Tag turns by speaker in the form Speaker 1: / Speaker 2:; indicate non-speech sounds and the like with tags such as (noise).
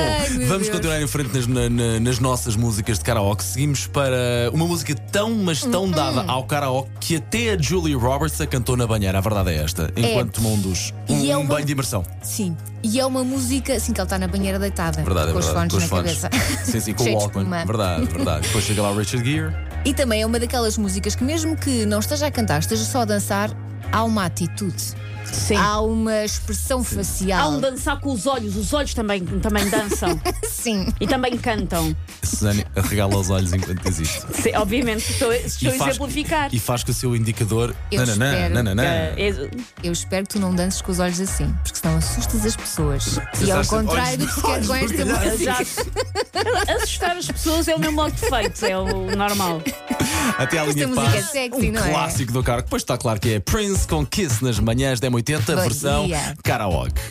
Speaker 1: meu
Speaker 2: Vamos
Speaker 1: Deus.
Speaker 2: continuar em frente nas, na- na- nas nossas músicas de karaoke. Seguimos para uma música tão, mas tão
Speaker 1: Uhum.
Speaker 2: dada ao karaoke que até a Julie Roberts a cantou na banheira. A verdade é esta. Enquanto tomou um dos.
Speaker 1: E
Speaker 2: Um,
Speaker 1: é
Speaker 2: um
Speaker 1: uma-
Speaker 2: banho de imersão.
Speaker 1: Sim. E é uma música, assim que ela está na banheira deitada,
Speaker 2: Verdade,
Speaker 1: com
Speaker 2: é
Speaker 1: os
Speaker 2: verdade.
Speaker 1: fones na cabeça.
Speaker 2: (laughs) Sim, sim, com
Speaker 1: (laughs)
Speaker 2: o
Speaker 1: Cheio de
Speaker 2: Walkman.
Speaker 1: espuma.
Speaker 2: Verdade, verdade. Depois chega lá o Richard Gere.
Speaker 1: E também é uma daquelas músicas que, mesmo que não esteja a cantar, esteja só a dançar, há uma atitude,
Speaker 3: Sim. Há,
Speaker 1: há uma expressão facial.
Speaker 3: um dançar com os olhos, os olhos também, também dançam
Speaker 1: Sim.
Speaker 3: e também cantam.
Speaker 2: Susana regala os olhos enquanto diz isto.
Speaker 3: Sim, obviamente, estou, estou a exemplificar.
Speaker 2: e faz com o seu indicador.
Speaker 1: Eu espero
Speaker 2: nananã.
Speaker 3: Eh, eh,
Speaker 1: Eu espero que tu não dances com os olhos assim, porque senão assustas as pessoas. E ao
Speaker 2: Assustaste-
Speaker 1: contrário do que se quer
Speaker 2: olhos-
Speaker 1: com
Speaker 2: olhos
Speaker 1: esta
Speaker 2: brilhantes.
Speaker 1: música.
Speaker 3: Exato. Assustar as pessoas é o meu modo de feito, é o normal.
Speaker 2: Até à linha de
Speaker 1: música
Speaker 2: paz.
Speaker 1: é sexy,
Speaker 2: um
Speaker 1: não é?
Speaker 2: clássico do karaoke. Pois está claro que é Prince com Kiss nas manhãs de M80,
Speaker 1: Bom
Speaker 2: versão
Speaker 1: dia.
Speaker 2: karaoke.